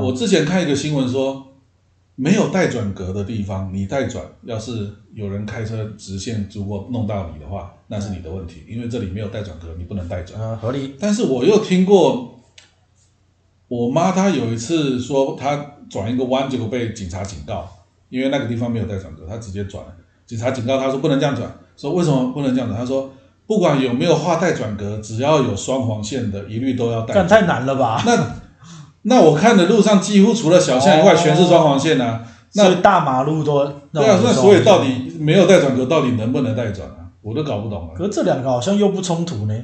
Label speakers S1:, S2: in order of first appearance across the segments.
S1: 我之前看一个新闻说，没有带转格的地方，你带转，要是有人开车直线如果弄到你的话，那是你的问题，因为这里没有带转格，你不能带转。
S2: 嗯，合理。
S1: 但是我又听过，我妈她有一次说她转一个弯，结果被警察警告，因为那个地方没有带转格，她直接转了。警察警告她说不能这样转，说为什么不能这样转？她说不管有没有画带转格，只要有双黄线的，一律都要带
S2: 干
S1: 转。
S2: 太难了吧？
S1: 那那我看的路上几乎除了小巷以外，
S2: 哦
S1: 全是双黄线啊。那
S2: 所以大马路都
S1: 对
S2: 种
S1: 啊，那
S2: 很
S1: 所以
S2: 重
S1: 到底没有带转格，到底能不能带转啊？我都搞不懂啊。
S2: 可是这两个好像又不冲突呢。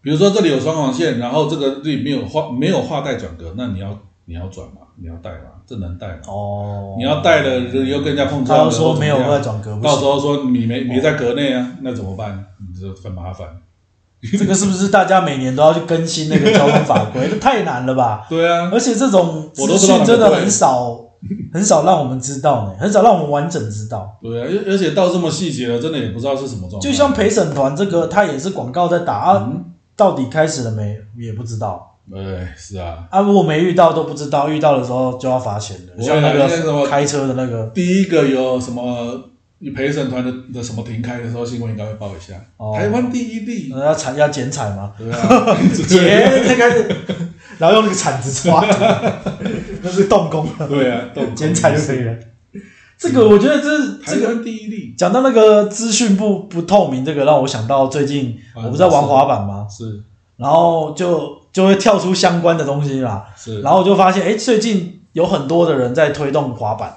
S1: 比如说这里有双黄线，然后这个里没有画没有画带转格，那你要你要转嘛，你要带嘛，这能带嘛？
S2: 哦，
S1: 你要带了又跟人家碰
S2: 他
S1: 撞了，
S2: 又说
S1: 或
S2: 没
S1: 怎么
S2: 有
S1: 样
S2: 外转格不
S1: 到时
S2: 行，
S1: 候说你没没在格内啊，那怎么办？你这很麻烦。
S2: 这个是不是大家每年都要去更新那个交通法 规？这太难了吧？
S1: 对啊，
S2: 而且这种
S1: 我都
S2: 资
S1: 知道
S2: 讯真的
S1: 哪个对
S2: 很少，很少让我们知道呢，很少让我们完整知道。
S1: 对啊，而而且到这么细节了，真的也不知道是什么状况。
S2: 就像陪审团这个，他也是广告在打啊，
S1: 哦嗯，
S2: 到底开始了没也不知道
S1: 哎，是啊，
S2: 啊。如果没遇到都不知道，遇到的时候就要罚钱的。
S1: 不会啊
S2: 像那
S1: 那个什么
S2: 个开车的那个
S1: 第一个有什么陪审团的的什么庭开的时候，新闻应该会报一下，
S2: 哦
S1: 台湾第一地，
S2: 呃要铲要剪彩吗？
S1: 对啊，
S2: 剪那个， 然后用那个铲子抓，那是动工了，
S1: 对啊， 动嗯
S2: 剪彩就可以了。这个我觉得这是
S1: 台
S2: 这个
S1: 湾第一例
S2: 讲到那个资讯不不透明，这个让我想到最近
S1: 啊
S2: 我不是在玩滑板吗？
S1: 是
S2: 然后就就会跳出相关的东西啦，
S1: 是，
S2: 然后我就发现哎，诶最近有很多的人在推动滑板，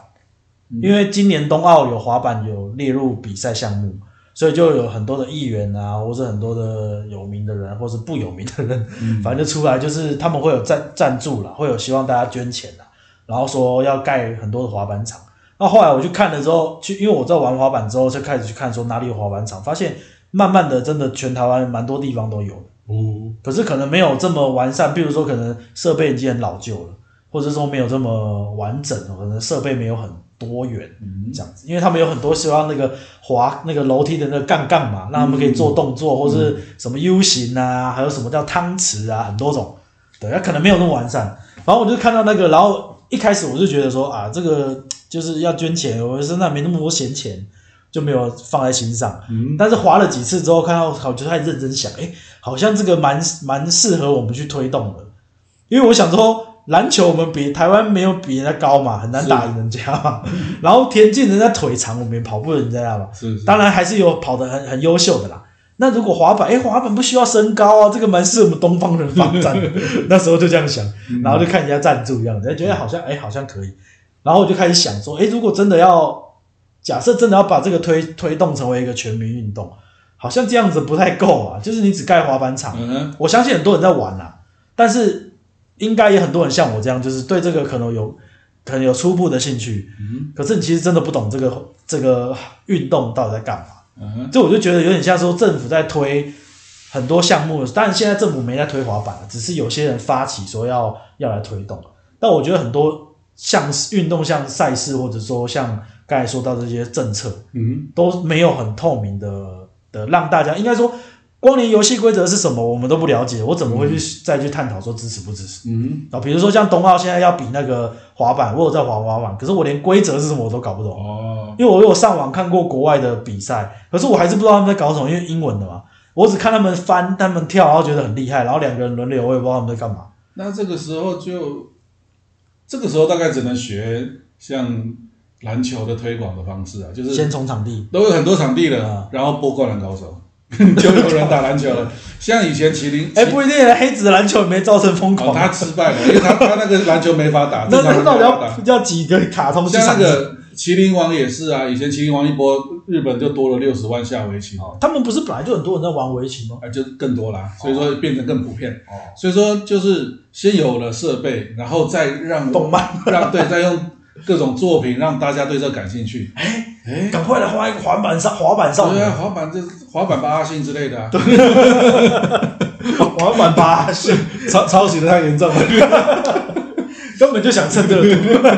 S1: 嗯
S2: 因为今年冬奥有滑板有列入比赛项目，所以就有很多的议员啊，或者很多的有名的人，或是不有名的人，
S1: 嗯
S2: 反正就出来就是他们会有赞赞助啦，会有希望大家捐钱啦，然后说要盖很多的滑板场。那后来我去看了之后，去因为我在玩滑板之后，就开始去看说哪里有滑板场，发现慢慢的真的全台湾蛮多地方都有的，
S1: 哦，
S2: 可是可能没有这么完善，比如说可能设备已经很老旧了，或者说没有这么完整，可能设备没有很多元。
S1: 嗯
S2: 这样子，因为他们有很多希望那个滑那个楼梯的那个杠杠嘛，让他们可以做动作，或是什么 U 型啊，还有什么叫汤匙啊，很多种。对，它可能没有那么完善。然后我就看到那个，然后一开始我就觉得说啊，这个就是要捐钱，我身上没那么多闲钱，就没有放在心上。
S1: 嗯，
S2: 但是滑了几次之后，看到好，就太认真想，哎，好像这个蛮蛮适合我们去推动的，因为我想说，篮球我们比台湾没有比人家高嘛，很难打赢人家嘛。然后田径人家腿长，我们也跑不赢人家嘛。
S1: 是是，
S2: 当然还是有跑得很很优秀的啦。那如果滑板，哎，滑板不需要身高啊，这个蛮适合我们东方人发展的。那时候就这样想，然后就看人家赞助这样子，觉得好像哎好像可以，然后我就开始想说，哎，如果真的要假设真的要把这个推推动成为一个全民运动，好像这样子不太够啊，就是你只盖滑板场，
S1: 嗯哼，
S2: 我相信很多人在玩啦、但是应该也很多人像我这样，就是对这个可能有可能有初步的兴趣，
S1: 嗯
S2: 可是你其实真的不懂这个这个运动到底在干嘛。
S1: 嗯哼，
S2: 这我就觉得有点像说政府在推很多项目，当然现在政府没在推滑板了，只是有些人发起说要要来推动。但我觉得很多像运动像赛事，或者说像刚才说到这些政策，
S1: 嗯
S2: 都没有很透明的的让大家应该说，光连游戏规则是什么我们都不了解，我怎么会去再去探讨说支持不支持？
S1: 嗯，
S2: 啊，比如说像冬奥现在要比那个滑板，我有在滑滑板，可是我连规则是什么我都搞不懂。
S1: 哦，
S2: 因为我有上网看过国外的比赛，可是我还是不知道他们在搞什么，因为英文的嘛，我只看他们翻、他们跳，然后觉得很厉害，然后两个人轮流，我也不知道他们在干嘛。
S1: 那这个时候就，这个时候大概只能学像篮球的推广的方式啊，就是
S2: 先从场地，
S1: 都有很多场地
S2: 啊
S1: 了，然后播《灌篮高手》， 就有人打篮球了。像以前麒麟，
S2: 哎、不一定，黑子的篮球也没造成疯
S1: 哦
S2: 狂。啊
S1: 他失败了，因 为他他那个篮球没法打，
S2: 那
S1: 正常
S2: 那
S1: 人
S2: 到底
S1: 没法打
S2: 要要几个卡通去
S1: 像那
S2: 场地？
S1: 个麒麟王也是啊，以前麒麟王一波，日本就多了六十万下围棋，
S2: 哦他们不是本来就很多人在玩围棋吗？
S1: 啊，就更多啦，所以说变成更普遍。
S2: 哦，
S1: 所以说就是先有了设备，然后再让
S2: 动漫，
S1: 让对，再用各种作品让大家对这感兴趣。
S2: 哎、
S1: 哎，
S2: 赶快来画一个滑板上滑板少
S1: 对
S2: 年
S1: 啊，，滑板这滑板八阿信之类的、啊，
S2: 滑板吧，是
S1: 抄抄袭的太严重了，
S2: 根本就想蹭热度。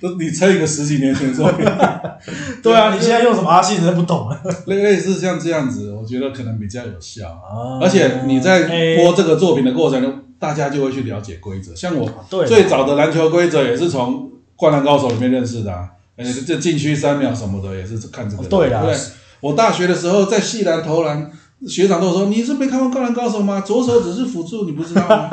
S1: 都你抄一个十几年前的作品，
S2: 对啊，你现在用什么阿信人家不懂 了。啊
S1: 类类似像这样子，我觉得可能比较有效。
S2: 啊
S1: 而且你在播这个作品的过程中，大家就会去了解规则。像我
S2: 啊对啦
S1: 最早的篮球规则也是从《灌篮高手》里面认识的、啊，呃，这禁区三秒什么的也是看这个的。
S2: 哦对啦
S1: 不对？我大学的时候在系篮投篮，学长都说你是没看过《灌篮高手》吗？左手只是辅助，你不知道吗？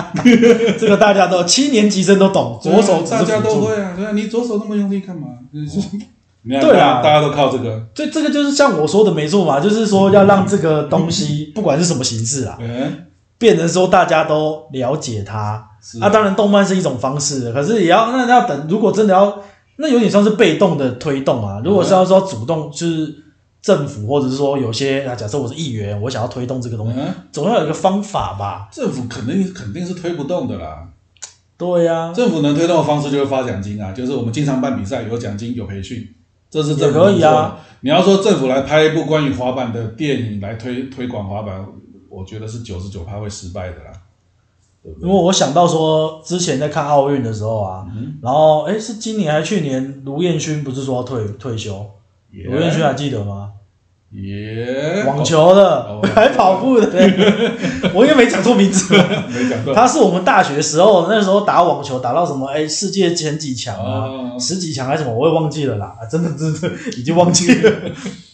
S2: 这个大家都七年级生都懂， 左手只
S1: 啊大
S2: 是
S1: 家
S2: 辅
S1: 都
S2: 助。哦
S1: 会啊，对啊，你左手那么用力干嘛？就是 你看，
S2: 对
S1: 大家
S2: 啊
S1: 大家都靠这个。
S2: 这这个就是像我说的没错嘛，就是说要让这个东西不管是什么形式啊，
S1: 嗯，
S2: 变成说大家都了解它。
S1: 是
S2: 啊，当然动漫是一种方式，可是也要那要等，如果真的要，那有点像是被动的推动
S1: 嗯
S2: 啊。如果是要说主动，就是政府或者是说有些，啊，假设我是议员，我想要推动这个东西，
S1: 嗯，
S2: 总要有一个方法吧？
S1: 政府肯定肯定是推不动的啦。
S2: 对呀、
S1: 政府能推动的方式就是发奖金啊，就是我们经常办比赛，有奖金有培训，这是政府
S2: 也可以
S1: 能
S2: 啊
S1: 做的。你要说政府来拍一部关于滑板的电影来推推广滑板，我觉得是九十九趴会失败的啦。对不
S2: 因
S1: 对
S2: 为我想到说之前在看奥运的时候啊，然后哎是今年还是去年，卢彦勋不是说要退退休？卢彦勋还记得吗？
S1: 也
S2: 网球的
S1: 哦，
S2: 还跑步的， 我应该没讲错名字吧。
S1: 没讲过。
S2: 他是我们大学时候那时候打网球打到什么哎世界前几强啊，
S1: 哦
S2: 十几强还是什么，我也忘记了啦，啊真的真的 已经忘记了。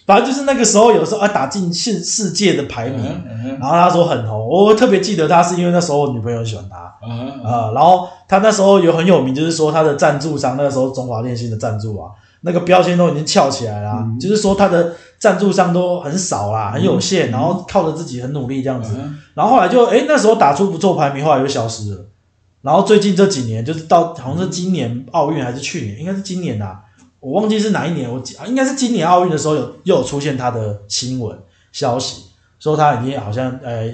S2: 反正就是那个时候有时候啊打进世世界的排名，
S1: 嗯嗯
S2: 然后他说很红，我特别记得他是因为那时候我女朋友喜欢他。
S1: 嗯啊
S2: 啊、然后他那时候有很有名，就是说他的赞助商那时候中华电信的赞助啊，那个标签都已经翘起来了啊、
S1: 嗯
S2: 就是说他的赞助商都很少啦，很有限，然后靠着自己很努力这样子，
S1: 嗯
S2: 然后后来就哎那时候打出不错排名，后来就消失了，然后最近这几年就是到好像是今年奥运还是去年，应该是今年啊，我忘记是哪一年，我记啊应该是今年奥运的时候有又有出现他的新闻消息，说他已经好像呃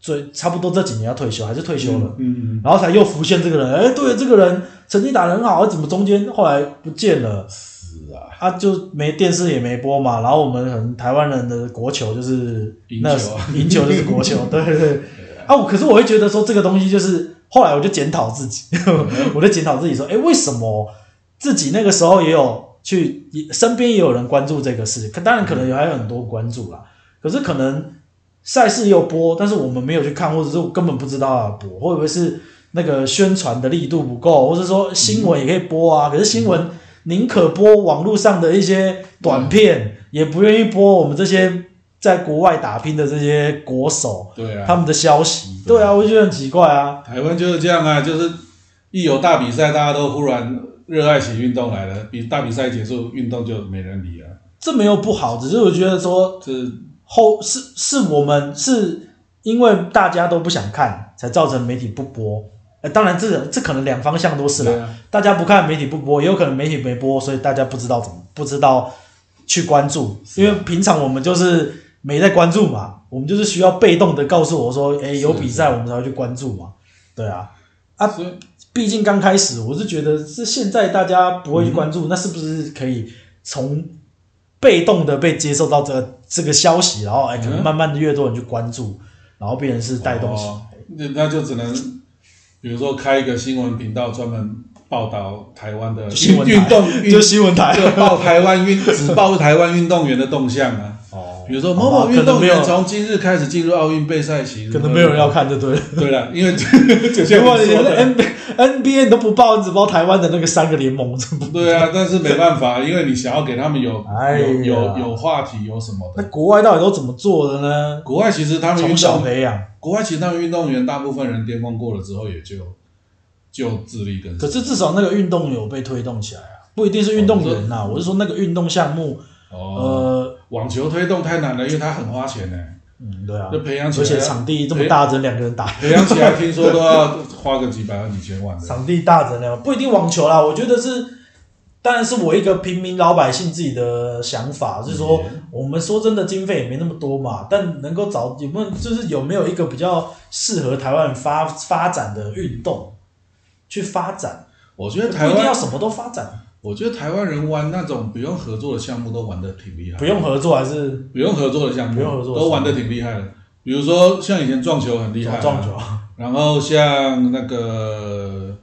S2: 最差不多这几年要退休还是退休了。
S1: 嗯，嗯
S2: 然后才又浮现这个人，哎，对，这个人成绩打得很好，怎么中间后来不见了？
S1: 是啊，
S2: 啊，就没电视也没播嘛。然后我们可能台湾人的国球就是
S1: 赢
S2: 那
S1: 球啊
S2: 赢球就是国 球，对对对。啊，我可是我会觉得说这个东西就是后来我就检讨自己，
S1: 嗯
S2: 我就检讨自己说，哎，为什么自己那个时候也有去，也身边也有人关注这个事，可当然可能有还有很多关注啦，可是可能赛事也有播，但是我们没有去看，或者是我根本不知道要播，会不会是那个宣传的力度不够，或者说新闻也可以播啊，可是新闻宁可播网络上的一些短片，也不愿意播我们这些在国外打拼的这些国手。
S1: 对啊，
S2: 他们的消息。对啊，我就觉得很奇怪啊。
S1: 台湾就是这样啊，就是一有大比赛，大家都忽然热爱起运动来了。比大比赛结束，运动就没人理了。
S2: 这没有不好，只是我觉得说
S1: 这
S2: 后是是我们是因为大家都不想看，才造成媒体不播。呃，当然这这可能两方向都是
S1: 对
S2: 啦。
S1: 啊，
S2: 大家不看媒体不播，也有可能媒体没播，所以大家不知道怎么不知道去关注，因为平常我们就是没在关注嘛，我们就是需要被动的告诉我说，哎，有比赛我们才会去关注嘛。对啊，啊，
S1: 所以
S2: 毕竟刚开始，我是觉得是现在大家不会去关注，那是不是可以从被动的被接受到这个这个消息，然后哎，可能
S1: 嗯
S2: 慢慢的越多人去关注，然后变成是带动性。
S1: 哦那那就只能，比如说开一个新闻频道，专门报道台湾的
S2: 就 新闻台
S1: 运动，运
S2: 就新闻台
S1: 就报台湾运， 只报台湾运动员的动向啊。
S2: 哦
S1: 比如说某某运
S2: 可能
S1: 动
S2: 没
S1: 员
S2: 有，
S1: 从今日开始进入奥运备赛席，
S2: 可能没有人要看，就对了。
S1: 对 了，因为 就像
S2: 如果
S1: 你
S2: 你
S1: 说的，
S2: N N B A 你都不报，你只报台湾的那个三个联盟，怎么？
S1: 对啊，但是没办法，因为你想要给他们有
S2: 哎呀
S1: 有有有话题，有什么
S2: 那
S1: 的。
S2: 国外到底都怎么做的呢？
S1: 国外其实他们运
S2: 从小
S1: 动，
S2: 培养，
S1: 国外其实他们运动员大部分人巅峰过了之后，也就就自力更
S2: 可
S1: 生。
S2: 是至少那个运动有被推动起来啊，不一定是运动员呐、我是说那个运动项目，
S1: 哦，
S2: 呃，
S1: 网球推动太难了，因为它很花钱呢，
S2: 嗯，对啊，
S1: 就培养起
S2: 而且
S1: 来，
S2: 场地这么大，只能两个人打，
S1: 培养起来听说都要花个几百万、几千万的。
S2: 场地大只能两个，不一定网球啦。我觉得是，当然是我一个平民老百姓自己的想法，就是说
S1: 嗯
S2: 我们说真的经费也没那么多嘛，但能够找有没有就是有没有一个比较适合台湾发发展的运动去发展，
S1: 我觉
S2: 不
S1: 得台
S2: 一定要
S1: 湾，
S2: 什么都发展，
S1: 我觉得台湾人玩那种不用合作的项目都玩得挺厉害的。
S2: 不用合作还是
S1: 不用合作的项目，
S2: 不用合作的项目
S1: 都玩得挺厉害的。比如说像以前撞球很厉害、啊，
S2: 撞球。
S1: 然后像那个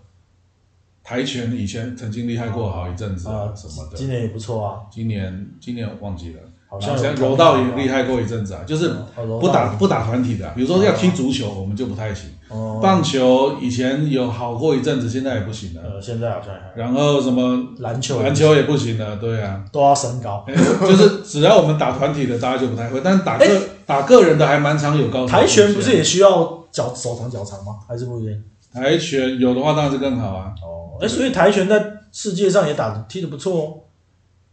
S1: 跆拳，以前曾经厉害过好一阵子啊
S2: 啊
S1: 什么的。
S2: 今年也不错啊。
S1: 今年今年忘记了，
S2: 好
S1: 像
S2: 像
S1: 柔道也厉害过一阵子啊，就是
S2: 哦柔道嗯
S1: 不打不打团体的啊、比如说要踢足球，我们就不太行。
S2: 哦，
S1: 棒球以前有好过一阵子，现在也不行了。
S2: 呃，现在好像还
S1: 然后什么
S2: 篮球
S1: 篮球也不行了，对 啊，
S2: 都要身高。
S1: 哎就是只要我们打团体的，大家就不太会，但打个、
S2: 哎
S1: 打个人的还蛮常有高手出现。
S2: 跆拳不是也需要脚手长脚长吗？还是不一样？
S1: 跆拳有的话当然是更好啊。
S2: 哦，哎，所以跆拳在世界上也打得踢得不错哦。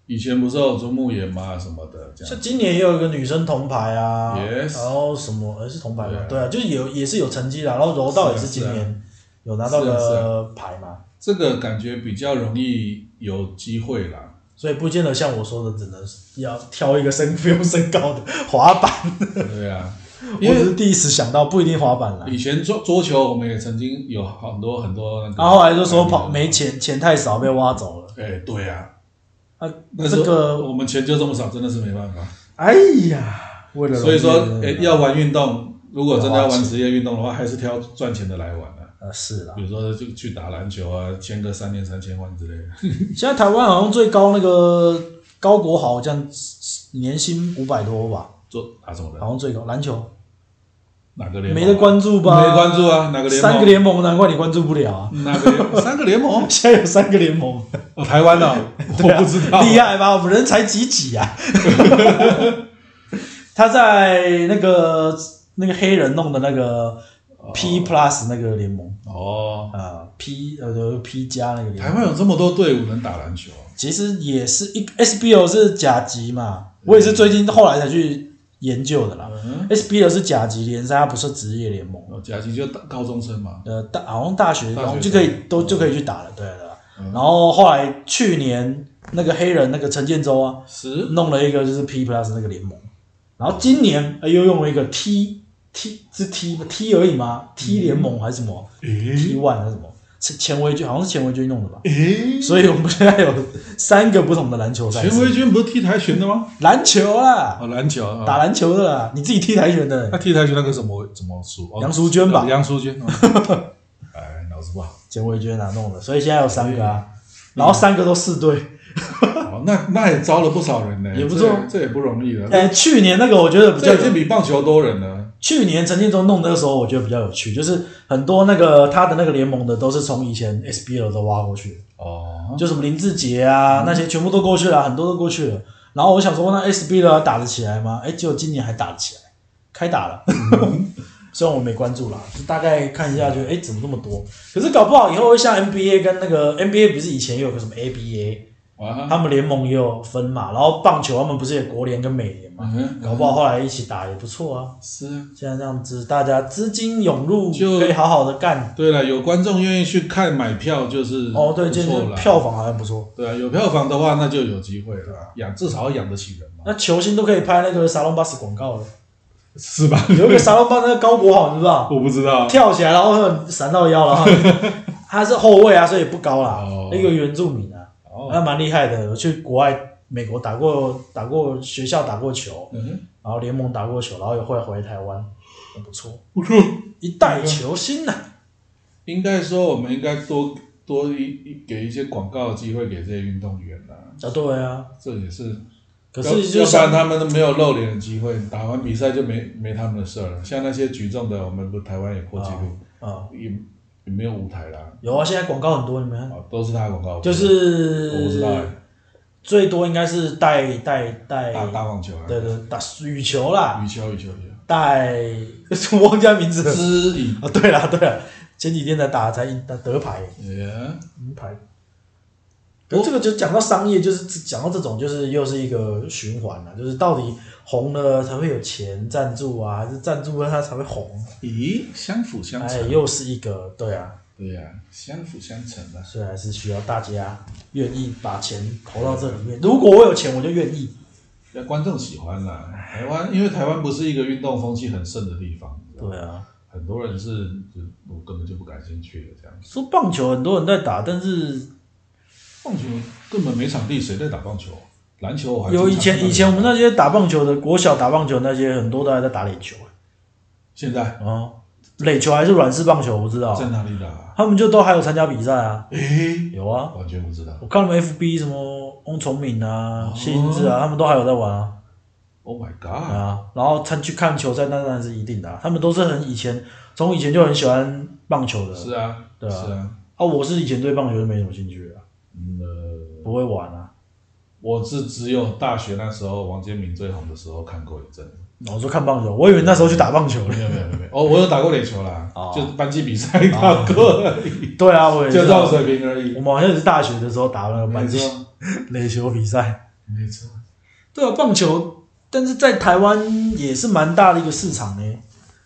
S1: 以前不是有珠穆眼嘛什么的，这样
S2: 像今年也有一个女生铜牌啊
S1: Yes
S2: 然后什么呃是铜牌吗
S1: Yeah
S2: 对啊，就是有也是有成绩的，然后柔道也是今
S1: 是啊
S2: 年有拿到
S1: 是啊是
S2: 个牌嘛，
S1: 这个感觉比较容易有机会啦。
S2: 所以不见得像我说的只能要挑一个身 不用身高的滑板，
S1: 对 啊，因
S2: 我只
S1: 为嗯
S2: 是第一时想到不一定滑板啦。
S1: 以前桌桌球我们也曾经有很多很多那个，
S2: 然后后来就说跑没钱，钱太少被挖走了。
S1: 哎，对啊，
S2: 啊，
S1: 那时候
S2: 这个
S1: 我们钱就这么少，真的是没办法。
S2: 哎呀，为了
S1: 所以
S2: 容
S1: 说，
S2: 易啊
S1: 哎，要玩运动，如果真的要
S2: 要花
S1: 玩
S2: 钱
S1: 职业运动的话，还是挑赚钱的来玩啊。
S2: 呃是啦
S1: 比，如说就去打篮球啊，签个三年三千万之类的。
S2: 现在台湾好像最高那个高国豪好像年薪五百多吧，
S1: 做打什么的？
S2: 好像最高篮球。
S1: 哪个联盟啊？
S2: 哦没得关注吧？
S1: 没关注啊哪个联盟
S2: 三个联盟，难怪你关注不了啊！
S1: 哪个 联三个联盟？
S2: 现在有三个 联盟，
S1: 哦，台湾的、
S2: 对啊
S1: 我不知道。
S2: 厉害吧？我们人才济 济啊！他在那个那个黑人弄的那个 P Plus 那个联盟
S1: 哦，
S2: 啊、p 呃 P 加那个联
S1: 台
S2: 盟，
S1: 湾有这么多队伍能打篮球啊、
S2: 其实也是一 SBL 是甲级嘛，我也是最近后来才去研究的啦。
S1: 嗯，
S2: SBL 是甲级联赛，它不是职业联盟。
S1: 哦，甲级就大高中生嘛。
S2: 呃，大好像大学
S1: 大学
S2: 然后就
S1: 生
S2: 可以都就可以去打了，对的。
S1: 嗯
S2: 然后后来去年那个黑人那个陈建州啊，
S1: 十
S2: 弄了一个就是 P Plus 那个联盟，然后今年、呃又用了一个 T T 是 T 吗 T 而已吗？T
S1: 嗯
S2: 联盟还是什么、
S1: 诶
S2: T One 还是什么？是钱维军好像是钱维军弄的吧？
S1: 诶，
S2: 所以我们现在有三个不同的篮球赛
S1: 钱
S2: 事，
S1: 维军不是踢台拳的吗？
S2: 篮球啦，
S1: 哦，篮球
S2: 打
S1: 啊，
S2: 篮球的啦，你自己踢跆拳的
S1: 那踢台拳那个怎么怎么输？哦
S2: 杨淑娟吧
S1: 呃杨淑娟。哦 哎，脑子不好。
S2: 钱维军啊弄的，所以现在有三个啊，然后三个都四队。
S1: 哦，那那也招了不少人呢，
S2: 也不错
S1: 这这也不容易的。
S2: 呃，去年那个我觉得比
S1: 这
S2: 较
S1: 已经
S2: 有，
S1: 比棒球多人了。
S2: 去年陈建州弄的那个时候，我觉得比较有趣，就是很多那个他的那个联盟的都是从以前 SBL 都挖过去，
S1: 哦，
S2: 就什么林志杰啊那些全部都过去了，很多都过去了。然后我想说，那 SBL 打得起来吗？哎，结果今年还打得起来，开打了。 虽然我没关注啦，就大概看一下就，哎，怎么这么多？可是搞不好以后会像 NBA 跟那个 NBA 不是以前也有个什么 ABA，
S1: 啊，
S2: 他们联盟也有分嘛，然后棒球他们不是也国联跟美联嘛，
S1: 嗯
S2: 搞不好后来一起打也不错啊。
S1: 是啊。
S2: 现在这样子，大家资金涌入，
S1: 就
S2: 可以好好的干。
S1: 对了，有观众愿意去看买票就是
S2: 哦，对，
S1: 嗯不
S2: 今
S1: 错
S2: 天
S1: 啦。
S2: 票房好像不错。
S1: 对啊，有票房的话，那就有机会了，养至少养得起人嘛，
S2: 那球星都可以拍那个沙龙巴斯广告了，
S1: 是吧？
S2: 有一个沙龙巴那个高国豪，你 知道？
S1: 我不知道，
S2: 跳起来然后闪到腰了，然后 他是后卫啊，所以不高啦
S1: 哦，
S2: 一个原住民啊，
S1: 哦，
S2: 他蛮厉害的，有去国外美国打过打过学校打过球，
S1: 嗯，
S2: 然后联盟打过球，然后也会回台湾，很不错，
S1: 不错。
S2: 一代球星啊呐、
S1: 应该说，我们应该多多一一给一些广告的机会给这些运动员啦，
S2: 啊，对啊，
S1: 这也是，
S2: 可是就
S1: 要要不
S2: 像
S1: 然他们都没有露脸的机会，打完比赛就没没他们的事儿了。像那些举重的，我们不台湾也破纪录，
S2: 啊、
S1: 也也没有舞台啦，
S2: 有啊，现在广告很多，你们看，
S1: 啊，都是他的广告，
S2: 就
S1: 我不知道
S2: 是
S1: 哎，
S2: 最多应该是带带带，
S1: 打打网球啊，
S2: 对对打羽球啦，
S1: 羽球羽球羽
S2: 带 我忘记他名字
S1: 球，
S2: 了
S1: 之以
S2: 啊，对了对了，前几天才打才赢得得牌
S1: 耶。
S2: 银牌。可是这个就讲到商业，就是讲到这种，就是又是一个循环了、就是到底红了才会有钱赞助啊，还是赞助了它才会红？
S1: 咦，相辅相
S2: 哎，
S1: 成，
S2: 又是一个对啊，
S1: 对呀、相辅相成啊。
S2: 所以还是需要大家愿意把钱投到这里面。如果我有钱，我就愿意。
S1: 要观众喜欢啦、台湾因为台湾不是一个运动风气很盛的地方，你知道吗
S2: 对啊，
S1: 很多人是就我根本就不感兴趣的这样子。
S2: 说棒球很多人在打，但是
S1: 棒球根本没场地，谁在打棒球？啊篮球我还
S2: 有以
S1: 经常
S2: 前
S1: 看
S2: 以前我们那些打棒球的，国小打棒球那些很多都还在打垒球
S1: 现在
S2: 啊，垒球还是软式棒球，我不知道。
S1: 在哪里打、啊？
S2: 他们就都还有参加比赛啊，
S1: 诶，
S2: 有啊，
S1: 完全不知道。
S2: 我看他们 FB 什么翁崇敏
S1: 哦
S2: 啊、谢英志啊，他们都还有在玩啊。
S1: Oh my
S2: 对
S1: god！
S2: 啊，然后他去看球赛，那当然是一定的啊、他们都是很以前从以前就很喜欢棒球的。
S1: 是啊，
S2: 对啊
S1: 是啊，
S2: 啊，我是以前对棒球是没什么兴趣的啊、
S1: 嗯呃，
S2: 不会玩啊。
S1: 我是只有大学那时候王建民最红的时候看过一阵子，
S2: 我说看棒球，我以为那时候去打棒球了。
S1: 没有没有没有没有，哦，我有打过垒球啦
S2: 哦，
S1: 就是班级比赛打过而已，
S2: 对啊，我也
S1: 就这
S2: 是
S1: 种
S2: 啊。
S1: 水平而已。
S2: 我们好像也是大学的时候打那个
S1: 没
S2: 班级
S1: 错，
S2: 垒球比赛。
S1: 没错，
S2: 对啊，棒球，但是在台湾也是蛮大的一个市场呢、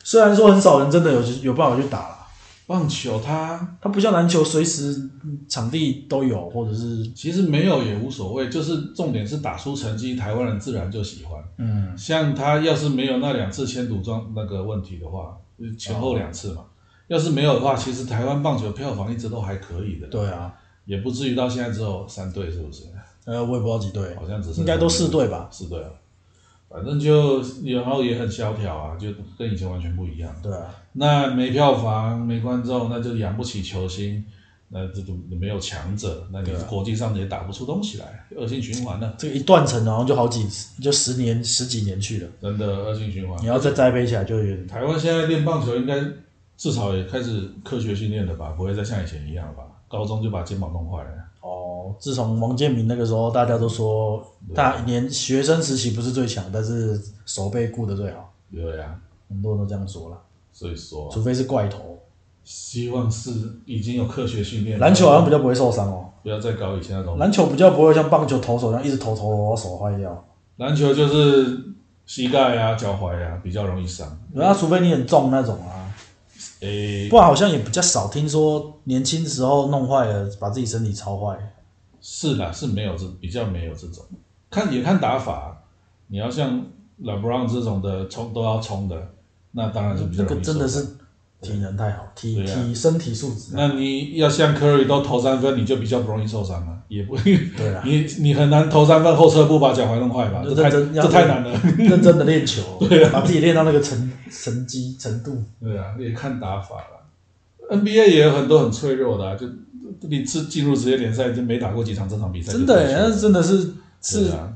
S2: 虽然说很少人真的有有办法去打啦，
S1: 棒球它
S2: 它不像篮球，随时嗯场地都有，或者是
S1: 其实没有也无所谓，就是重点是打出成绩，台湾人自然就喜欢。
S2: 嗯
S1: 像他要是没有那两次千赌庄那个问题的话，就是前后两次嘛，要是没有的话，其实台湾棒球票房一直都还可以的，，
S2: 对啊，
S1: 也不至于到现在只有三队，是不是？
S2: 呃，我也不知道几队，
S1: 好像只是
S2: 应该都四队吧？
S1: 四队啊，反正就然后也很萧条啊，就跟以前完全不一样。
S2: 对啊，
S1: 那没票房、没观众，那就养不起球星，那这种没有强者，那
S2: 啊
S1: 你国际上也打不出东西来，恶性循环啊呢、
S2: 这个一断层，然后就好几就十年十几年去了，
S1: 真的恶性循环
S2: 你。要再栽培起来就有点
S1: 台湾现在练棒球应该至少也开始科学训练了吧，不会再像以前一样了吧？高中就把肩膀弄坏了，
S2: 哦。自从王建民那个时候，大家都说大年学生时期不是最强，但是手背顾得最好，
S1: 对呀、
S2: 很多人都这样说了，
S1: 所以说啊
S2: 除非是怪头。
S1: 希望是已经有科学训练了，
S2: 篮球好像比较不会受伤哦，
S1: 不要再搞以前那种
S2: 篮球比较不会像棒球投手一样一直投投投到手坏掉，
S1: 篮球就是膝盖啊、脚踝啊比较容易伤，
S2: 然后除非你很重那种啊，
S1: 诶、
S2: 不然好像也比较少听说年轻时候弄坏了，把自己身体操坏。
S1: 是啦，是没有这比较没有这种，看也看打法，啊你要像 LeBron 这种的冲都要冲的，那当然是比较容
S2: 这个
S1: 易
S2: 真的
S1: 受伤
S2: 是体能太好，体
S1: 对啊
S2: 体身体素质啊。
S1: 那你要像 Curry 都投三分，你就比较不容易受伤了，也不，对
S2: 啊
S1: 你你很难投三分后撤步把脚踝弄坏吧？
S2: 就
S1: 这太
S2: 认真要
S1: 这太难了。
S2: 认真的练 球，
S1: 啊
S2: 把自己练到那个成成绩程度。
S1: 对啊，也看打法了。NBA 也有很多很脆弱的、啊，就你自进入职业联赛就没打过几场这场比赛就
S2: 真
S1: 退
S2: 的
S1: 休
S2: 耶，
S1: 了，
S2: 那真的是是
S1: 对啊，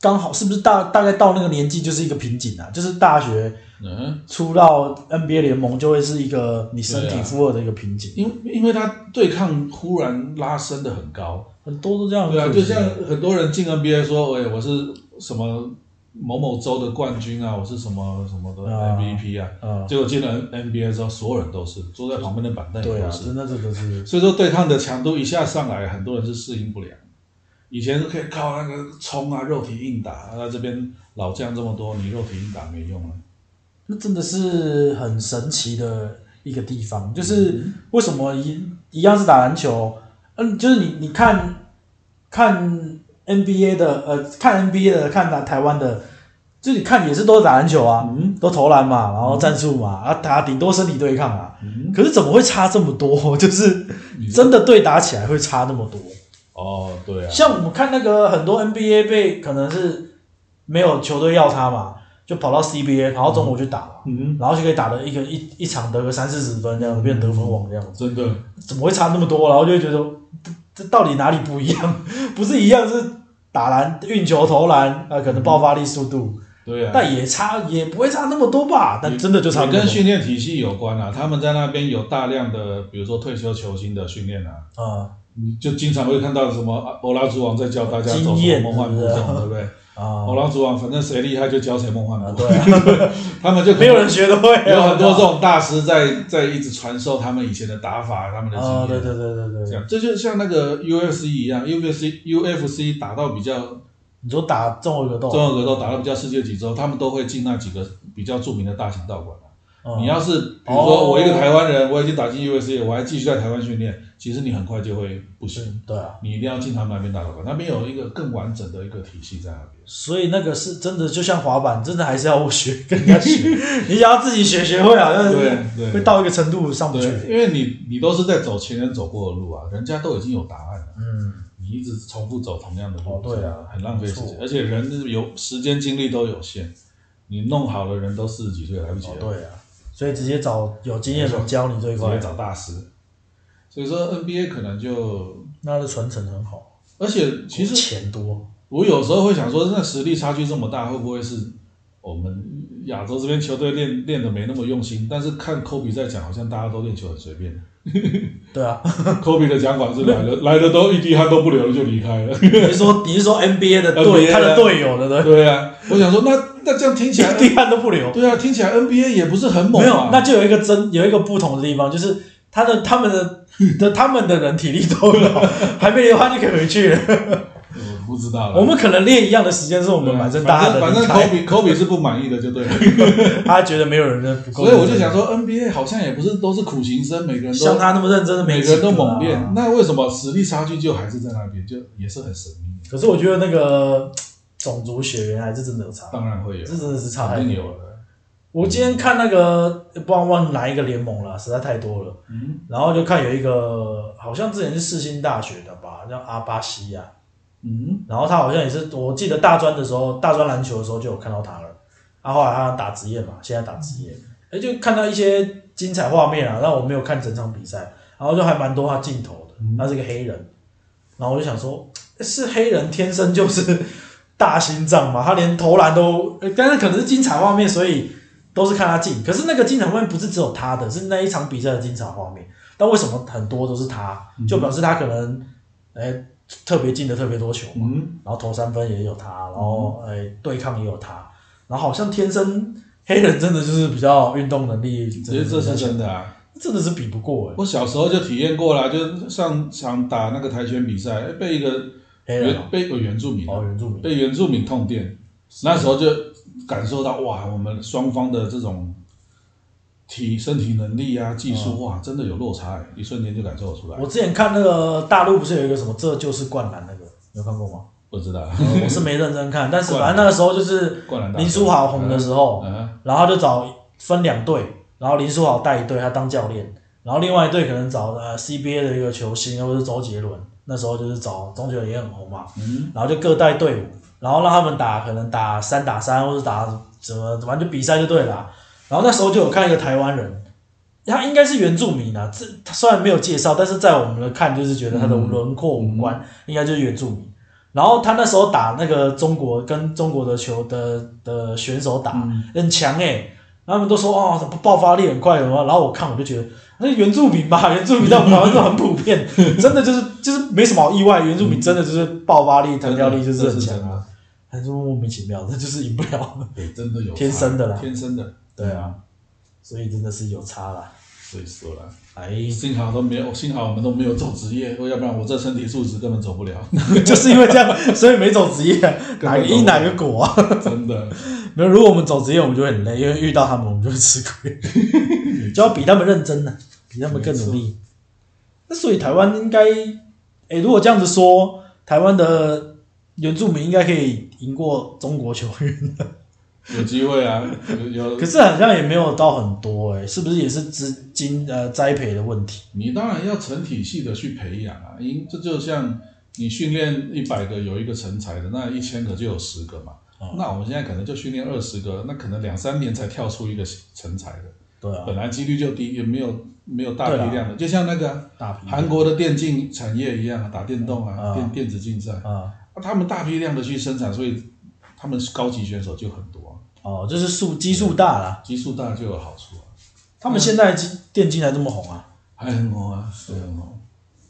S2: 刚好，是不是大大概到那个年纪就是一个瓶颈啊？就是大学
S1: 嗯，
S2: 出到 NBA 联盟就会是一个你身
S1: 对
S2: 体
S1: 啊
S2: 负荷的一个瓶颈，
S1: 因因为他对抗忽然拉升的很高，
S2: 很多都这样。
S1: 对啊，
S2: 很可
S1: 就
S2: 惜
S1: 像很多人进 NBA 说，哎，我是什么某某州的冠军啊，我是什么什么的
S2: 啊
S1: MVP 啊
S2: 啊，
S1: 结果进了 NBA 之后，所有人都是坐在旁边的板凳
S2: 对
S1: 也
S2: 啊，
S1: 都是，
S2: 真的这个是
S1: 所以说对抗的强度一下上来，很多人是适应不良。以前是可以靠那个冲啊，肉体硬打，那这边老将这么多，你肉体硬打没用啊。
S2: 那真的是很神奇的一个地方，就是
S1: 嗯
S2: 为什么一一样是打篮球，嗯，就是你你看看 NBA 的，呃，看 NBA 的，看打台湾的，就你看也是都打篮球啊，
S1: 嗯
S2: 都投篮嘛，然后战术嘛，啊打顶多身体对抗啊，
S1: 嗯，
S2: 可是怎么会差这么多？ 就是
S1: 你
S2: 真的对打起来会差那么多。
S1: 哦，对啊，
S2: 像我们看那个很多 NBA 被可能是没有球队要他嘛，就跑到 CBA，跑到中国去打嘛。
S1: 嗯，
S2: 然后就可以打得一个一一场得个三四十分这样子，变得分王这样
S1: 真
S2: 子，
S1: 的，
S2: 怎么会差那么多？然后就会觉得这这到底哪里不一样？ 不是一样是打篮、运球、投篮，呃，可能爆发力、速度，
S1: 对啊。
S2: 但也差也不会差那么多吧？但真的就差
S1: 也
S2: 那么
S1: 跟
S2: 多
S1: 训练体系有关啊，他们在那边有大量的，比如说退休球星的训练啊，
S2: 啊
S1: 你就经常会看到什么啊欧拉之王在教大家走
S2: 经验
S1: 梦幻步
S2: 是不
S1: 骤，对不对？
S2: 啊
S1: 欧拉之王，反正谁厉害就教谁梦幻
S2: 啊！
S1: 步骤，
S2: 对啊，
S1: 他们就可能
S2: 没有人学得会啊，
S1: 有很多这种大师在在一直传授他们以前的打法，他们的经验。
S2: 啊，对对对对
S1: 这
S2: 对，
S1: 样这就像那个 UFC 一样，UFC UFC 打到比较
S2: 你说打中国格斗，
S1: 综合格斗打到比较世界级之后，他们都会进那几个比较著名的大型道馆啊。
S2: 嗯
S1: 你要是比如说我一个台湾人，我已经打进 UFC，我还继续在台湾训练，其实你很快就会不行。
S2: 对啊，
S1: 你一定要进他们那边打打馆，那边有一个更完整的一个体系在那边。
S2: 所以那个是真的，就像滑板，真的还是要学跟人 家学，你想要自己学学会，好像是
S1: 对对
S2: 会到一个程度上不去。
S1: 对，因为你你都是在走前人走过的路啊，人家都已经有答案了，
S2: 嗯，
S1: 你一直重复走同样的路，
S2: 哦对啊
S1: 很浪费时
S2: 没
S1: 间
S2: 错，
S1: 而且人是有时间精力都有限，你弄好了人都四十几岁来不及
S2: 哦
S1: 了。
S2: 对啊，所以直接找有经验的人教你最
S1: 直
S2: 快
S1: 接，找大师，所以说 NBA 可能就，
S2: 那它的传承很好，
S1: 而且其实
S2: 钱多，
S1: 我有时候会想说，那实力差距这么大，会不会是我们亚洲这边球队练练的没那么用心？但是看科比在讲，好像大家都练球很随便。
S2: 对啊，
S1: 科比的讲法是来了来了都一滴汗都不流了就离开 了。
S2: 你是说你是说 NBA 的队
S1: NBA
S2: 他的队友的 对不
S1: 对啊，我想说，那那这样听起来
S2: 对，，一滴汗都不流。
S1: 对啊，听起来 NBA 也不是很猛
S2: 没
S1: 啊
S2: 有，。那就有一个真有一个不同的地方，就是他的他们的的他们的人体力都 有，还没流汗就可以回去了。
S1: 我不知道了。
S2: 我们可能练一样的时间，是我
S1: 啊对啊
S2: 们正大家的
S1: 反
S2: 离
S1: 正
S2: 开
S1: 科比科比是不满意的，就对了。
S2: 他觉得没有人认不够，
S1: 所以我就想，说，NBA 好像也不是都是苦行僧，每个人
S2: 像
S1: 都
S2: 他那么认真的没
S1: 每
S2: 几
S1: 个人都
S2: 啊
S1: 猛练，。那为什么实力差距就还是在那边，就也是很神秘？
S2: 可是我觉得那个种族血缘还是真的有差，
S1: 当然会有，
S2: 这真的是差太
S1: 肯定
S2: 多。
S1: 有了。
S2: 我今天看那个不知道忘哪一个联盟了，实在太多了。
S1: 嗯，
S2: 然后就看有一个好像之前是世新大学的吧，叫阿巴西亚，
S1: 嗯，
S2: 然后他好像也是，我记得大专的时候，大专篮球的时候就有看到他了。啊，后来他打职业嘛，现在打职业，哎，就看到一些精彩画面啊，但我没有看整场比赛，然后就还蛮多他镜头的
S1: 嗯。
S2: 他是个黑人，然后我就想说，诶是黑人天生就是 大心脏嘛，他连投篮都，诶但是可能是精彩画面，所以都是看他进。可是那个精彩画面不是只有他的，是那一场比赛的精彩画面。但为什么很多都是他？就表示他可能，哎，特别进的特别多球嘛。
S1: 嗯，
S2: 然后投三分也有他，然后哎、对抗也有他，然后好像天生黑人真的就是比较运动能力，
S1: 其实这是真的啊。
S2: 真的是比不过哎、
S1: 我小时候就体验过了，就上场打那个跆拳比赛，哎被一个
S2: 欸黑人
S1: 原被一个原住民啊
S2: 哦原住民，
S1: 被原住民痛电，那时候就感受到哇，我们双方的这种体身体能力啊、技术、哇，真的有落差、欸，一瞬间就感受得出来。
S2: 嗯我之前看那个大陆不是有一个什么这就是灌篮那个，你有看过 吗？
S1: 不知 道，
S2: 呃我是没认真看，但是
S1: 灌
S2: 反
S1: 篮
S2: 正那个时候就是
S1: 灌篮大
S2: 林
S1: 师
S2: 书豪红的时候，
S1: 嗯
S2: 然后就找分两队，然后林书豪带一队，他当教练，然后另外一队可能找呃 CBA 的一个球星，或者是周杰伦，那时候就是找周杰伦也很红嘛，
S1: 嗯，
S2: 然后就各带队伍，然后让他们打，可能打三打三，或者打什么，反正就比赛就对了啊。然后那时候就有看一个台湾人，他应该是原住民啊，这他虽然没有介绍，但是在我们的看就是觉得他的轮廓五官、应该就是原住民。然后他那时候打那个中国跟中国的球的的选手打，很强哎、然后他们都说哦，什么爆发力很快什么，然后我看我就觉得那是原住民吧， 原住民在我们台湾是很普遍，真的就是就是没什么好意外，原住民真的就是爆发力、弹跳力就是很强啊，还是莫名其妙的，就是赢不了，
S1: 真的，对，真的有差
S2: 天生的啦
S1: 天生的，
S2: 对啊，所以真的是有差啦，
S1: 所以说啦，
S2: 哎，
S1: 幸好都没有，幸好我们都没有走职业，要不然我这身体素质根本走不了，
S2: 就是因为这样，所以没走职业，哪个因哪个果 啊？
S1: 真的，
S2: 没有，如果我们走职业，我们就会很累，因为遇到他们，我们就会吃亏，就要比他们认真呢、比他们更努力。那所以台湾应该，哎，如果这样子说，台湾的原住民应该可以赢过中国球员，
S1: 有机会啊，有有
S2: 可是好像也没有到很多哎、诶是不是也是资金呃栽培的问题？
S1: 你当然要成体系的去培养啊，因这就像你训练一百个有一个成才的，那一千个就有十个嘛。
S2: 嗯
S1: 那我们现在可能就训练二十个，那可能两三年才跳出一个成才的，
S2: 对啊，
S1: 本来几率就低，也没有没有大
S2: 对
S1: 批
S2: 啊
S1: 量的，就像那个啊
S2: 大批
S1: 韩国的电竞产业一样啊，打电动啊，
S2: 嗯
S1: 电电子竞赛，
S2: 啊
S1: 啊他们大批量的去生产，所以他们高级选手就很多
S2: 哦，就是数基数大啦。
S1: 啊，基数大就有好处啊，
S2: 他们现在电竞还这么红啊？
S1: 还很红啊，对很红，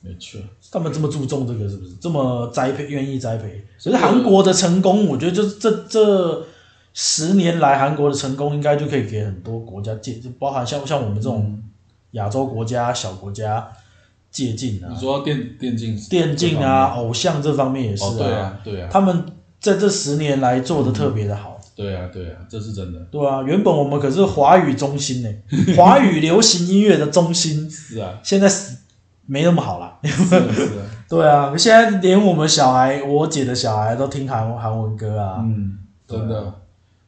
S1: 没错。
S2: 他们这么注重这个是不是？这么栽培，愿意栽培。可是韩国的成功，我觉得就是这这十年来韩国的成功，应该就可以给很多国家借，就包含像像我们这种亚洲国家、小国家借鉴啊
S1: 嗯你，说电电竞
S2: 电竞啊、偶像这方面也是
S1: 哦，对啊，对啊，
S2: 他们在这十年来做的特别的好。
S1: 对啊，对啊，这是真的。
S2: 对啊，原本我们可是华语中心呢、华语流行音乐的中心，
S1: 是 啊，
S2: 现在死没那么好啦。
S1: 是啊，是啊。
S2: 对啊，现在连我们小孩，我姐的小孩都听韩韩文歌啊。
S1: 嗯，真的。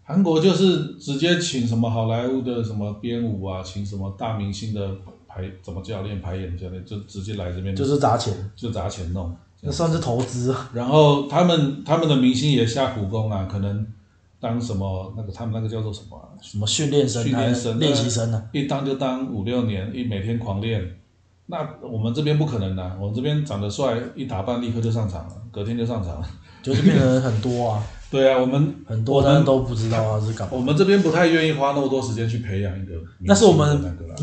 S1: 韩国就是直接请什么好莱坞的什么编舞啊，请什么大明星的排怎么教练排演教练，就直接来这边
S2: 就是砸钱，
S1: 就砸钱弄。
S2: 那算是投资啊。
S1: 然后他们他们的明星也下苦功啊，可能当什么那个他们那个叫做什么啊、
S2: 什么训练生、
S1: 训练生
S2: 还是练习生啊呢、
S1: 一当就当五六年，一每啊天狂练。那我们这边不可能的、我们这边长得帅，一打扮立刻就上场了，隔天就上场了。
S2: 就是变成很 多啊，
S1: 对啊，我们
S2: 很多但是都不知道他是干嘛。
S1: 我们这边不太愿意花那么多时间去培养一个明星的
S2: 那是我们
S1: 那个啦，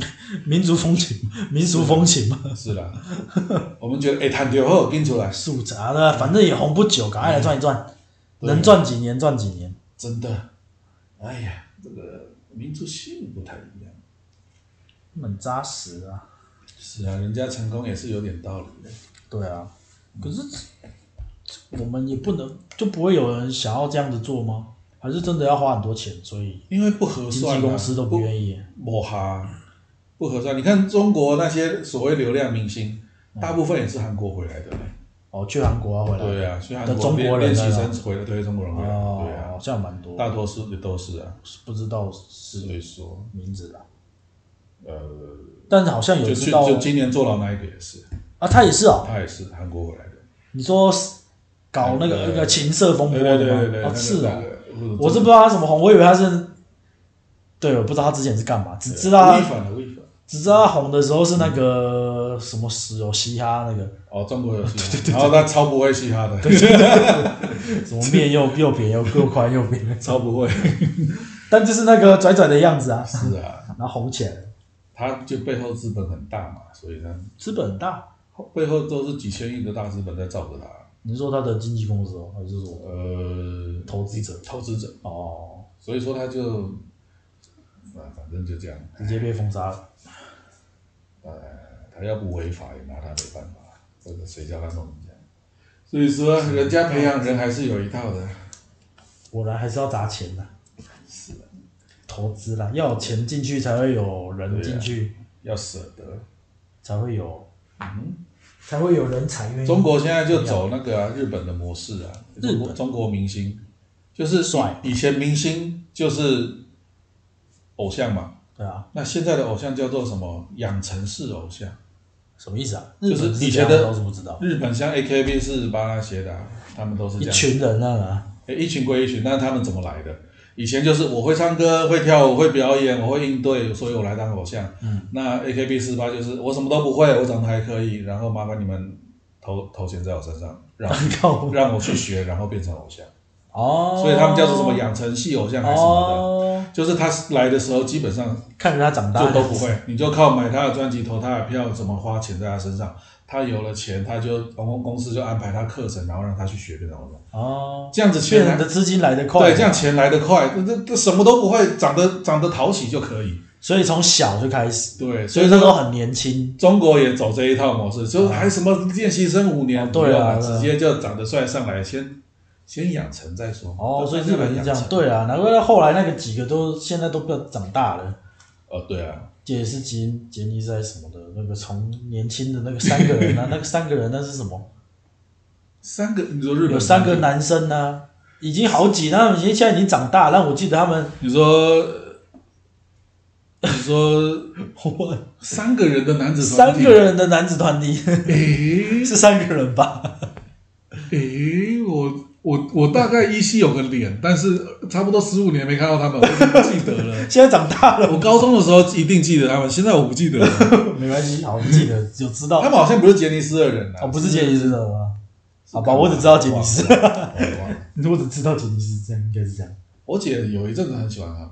S2: 民族风情， 民俗风情嘛，
S1: 是啦， 我们觉得哎，探究后跟出来，
S2: 素质啊，那反正也红不久，赶快来赚一赚，
S1: 对
S2: 能赚几年赚几年。
S1: 真的，哎呀，这个民族性不太一样。
S2: 很扎实啊。
S1: 是啊，人家成功也是有点道理的。
S2: 对啊，
S1: 嗯
S2: 可是我们也不能就不会有人想要这样子做吗？还是真的要花很多钱，所以
S1: 因为不合
S2: 经
S1: 算、啊，
S2: 纪公司都不愿意。
S1: 抹哈，啊不合算。你看中国那些所谓流量明星，
S2: 嗯
S1: 大部分也是韩国回来的。
S2: 哦，去韩国要回来，
S1: 对啊，所以韩
S2: 的
S1: 国
S2: 中国
S1: 练
S2: 人
S1: 练习
S2: 来了
S1: 生回来，对中国人回来，
S2: 哦，
S1: 对啊
S2: 好，像蛮多，
S1: 大多数也都是啊。
S2: 不知道
S1: 所
S2: 是
S1: 以说，
S2: 名字啦，
S1: 呃，
S2: 但是好像有
S1: 就
S2: 知
S1: 去
S2: 道
S1: 就今年坐牢那一个也是，
S2: 啊，他也是哦，
S1: 他也是韩国回来的。
S2: 你说是搞那
S1: 嗯
S2: 个
S1: 对
S2: 那个情色风波
S1: 对
S2: 的吗？
S1: 对对对对，那
S2: 哦，
S1: 个
S2: 是
S1: 那
S2: 哦，
S1: 个嗯
S2: 我是不知道他什么红，我以为他是，对，我不知道他之前是干嘛，只
S1: 啊
S2: 知道啊
S1: 吴亦
S2: 他
S1: 凡的吴亦凡。
S2: 只知道他红的时候是那个什么石油嘻哈那个。
S1: 哦，中 国有嘻哈，然后他超不会嘻哈的，
S2: 怎么 面又又扁又又宽又扁，
S1: 超不会。
S2: 但就是那个拽拽的样子啊，
S1: 是啊，
S2: 然后红起来了，
S1: 他就背后资本很大嘛，所以他
S2: 资本很大。
S1: 背后都是几千亿的大资本在罩着他，
S2: 你是说他的经纪公司哦，还是说
S1: 呃，
S2: 投资者？
S1: 投资者，
S2: 哦，
S1: 所以说他就，呃啊，反正就这样，
S2: 直接被封杀了。
S1: 呃，他要不违法也拿他没办法，这个谁叫他弄人家？所以说，人家培养人还是有一套的。
S2: 果然还是要砸钱的、
S1: 是啊的，
S2: 投资啦，要有钱进去才会有人进去，
S1: 要舍得。
S2: 才会有
S1: 啊嗯，
S2: 才会有人才愿意。
S1: 中国现在就走那个啊、日本的模式啊，中国中国明星就是
S2: 帅
S1: 以前明星就是偶像嘛，
S2: 对啊，
S1: 那现在的偶像叫做什么？养成式偶像。
S2: 什么意思啊？
S1: 就是
S2: 日本
S1: 以
S2: 这
S1: 前
S2: 样
S1: 的
S2: 我倒是不知道，
S1: 日本像 AKB 四十八那些的啊、他们都是这
S2: 一
S1: 样，
S2: 群人那个啊，
S1: 诶一群归一群，但是他们怎么来的？以前就是我会唱歌，会跳舞，会表演，我会应对，所以我来当偶像。
S2: 嗯，
S1: 那 AKB 四十八就是我什么都不会，我长得还可以，然后麻烦你们投投钱在我身上，让
S2: 靠
S1: 让我去学，然后变成偶像。
S2: 哦，
S1: 所以他们叫做什么养成系偶像还是什么的，
S2: 哦，
S1: 就是他来的时候基本上
S2: 看着他长大
S1: 就都不会，你就靠买他的专辑、投他的票，怎么花钱在他身上。他有了钱，他就哦公公司就安排他课程，然后让他去学变成偶像。
S2: 哦，
S1: 这样子
S2: 骗
S1: 钱
S2: 人
S1: 来
S2: 的资金来得快，
S1: 啊对，这样钱来得快，这这这什么都不会，长得长得讨喜就可以。
S2: 所以从小就开始，
S1: 对，所
S2: 所以
S1: 以
S2: 那时候
S1: 说
S2: 很年轻，
S1: 中国也走这一套模式，就哎还什么练习生五年，
S2: 哦对啊
S1: 不用
S2: 对
S1: 直
S2: 啊
S1: 接就长得帅上来，先先养成再说。
S2: 哦，所以
S1: 慢
S2: 日
S1: 慢
S2: 本是这
S1: 养
S2: 样，
S1: 成，
S2: 对啊，难怪后来那个几个都现在都不长大了，
S1: 哦对啊，
S2: 也是杰杰尼赛什么的，那个从年轻的那个三 个人啊，那个三个人那是什么？
S1: 三个你说日本
S2: 有三个
S1: 男。
S2: 男生啊，已经好几，那他们现在已经长大，但我记得他们，
S1: 你说，你说三个人的男子团
S2: 三
S1: 体，
S2: 个人的男子团体
S1: 诶
S2: 是三个人吧？。
S1: 诶，我我我大概依稀有个脸，但是差不多十五年没看到他们，我已经不记得了
S2: 现在长大了，
S1: 我高中的时候一定记得他们，现在我不记得了。
S2: 没关系，好，我记得有知道
S1: 他， 们好像不是杰尼斯的人啊，
S2: 哦，不是杰尼斯的吗？
S1: 是
S2: 好吧，我只知道杰尼斯，
S1: 忘了忘了
S2: 我只知道杰尼斯，这样应该是这样。
S1: 我姐有一阵子很喜欢他们，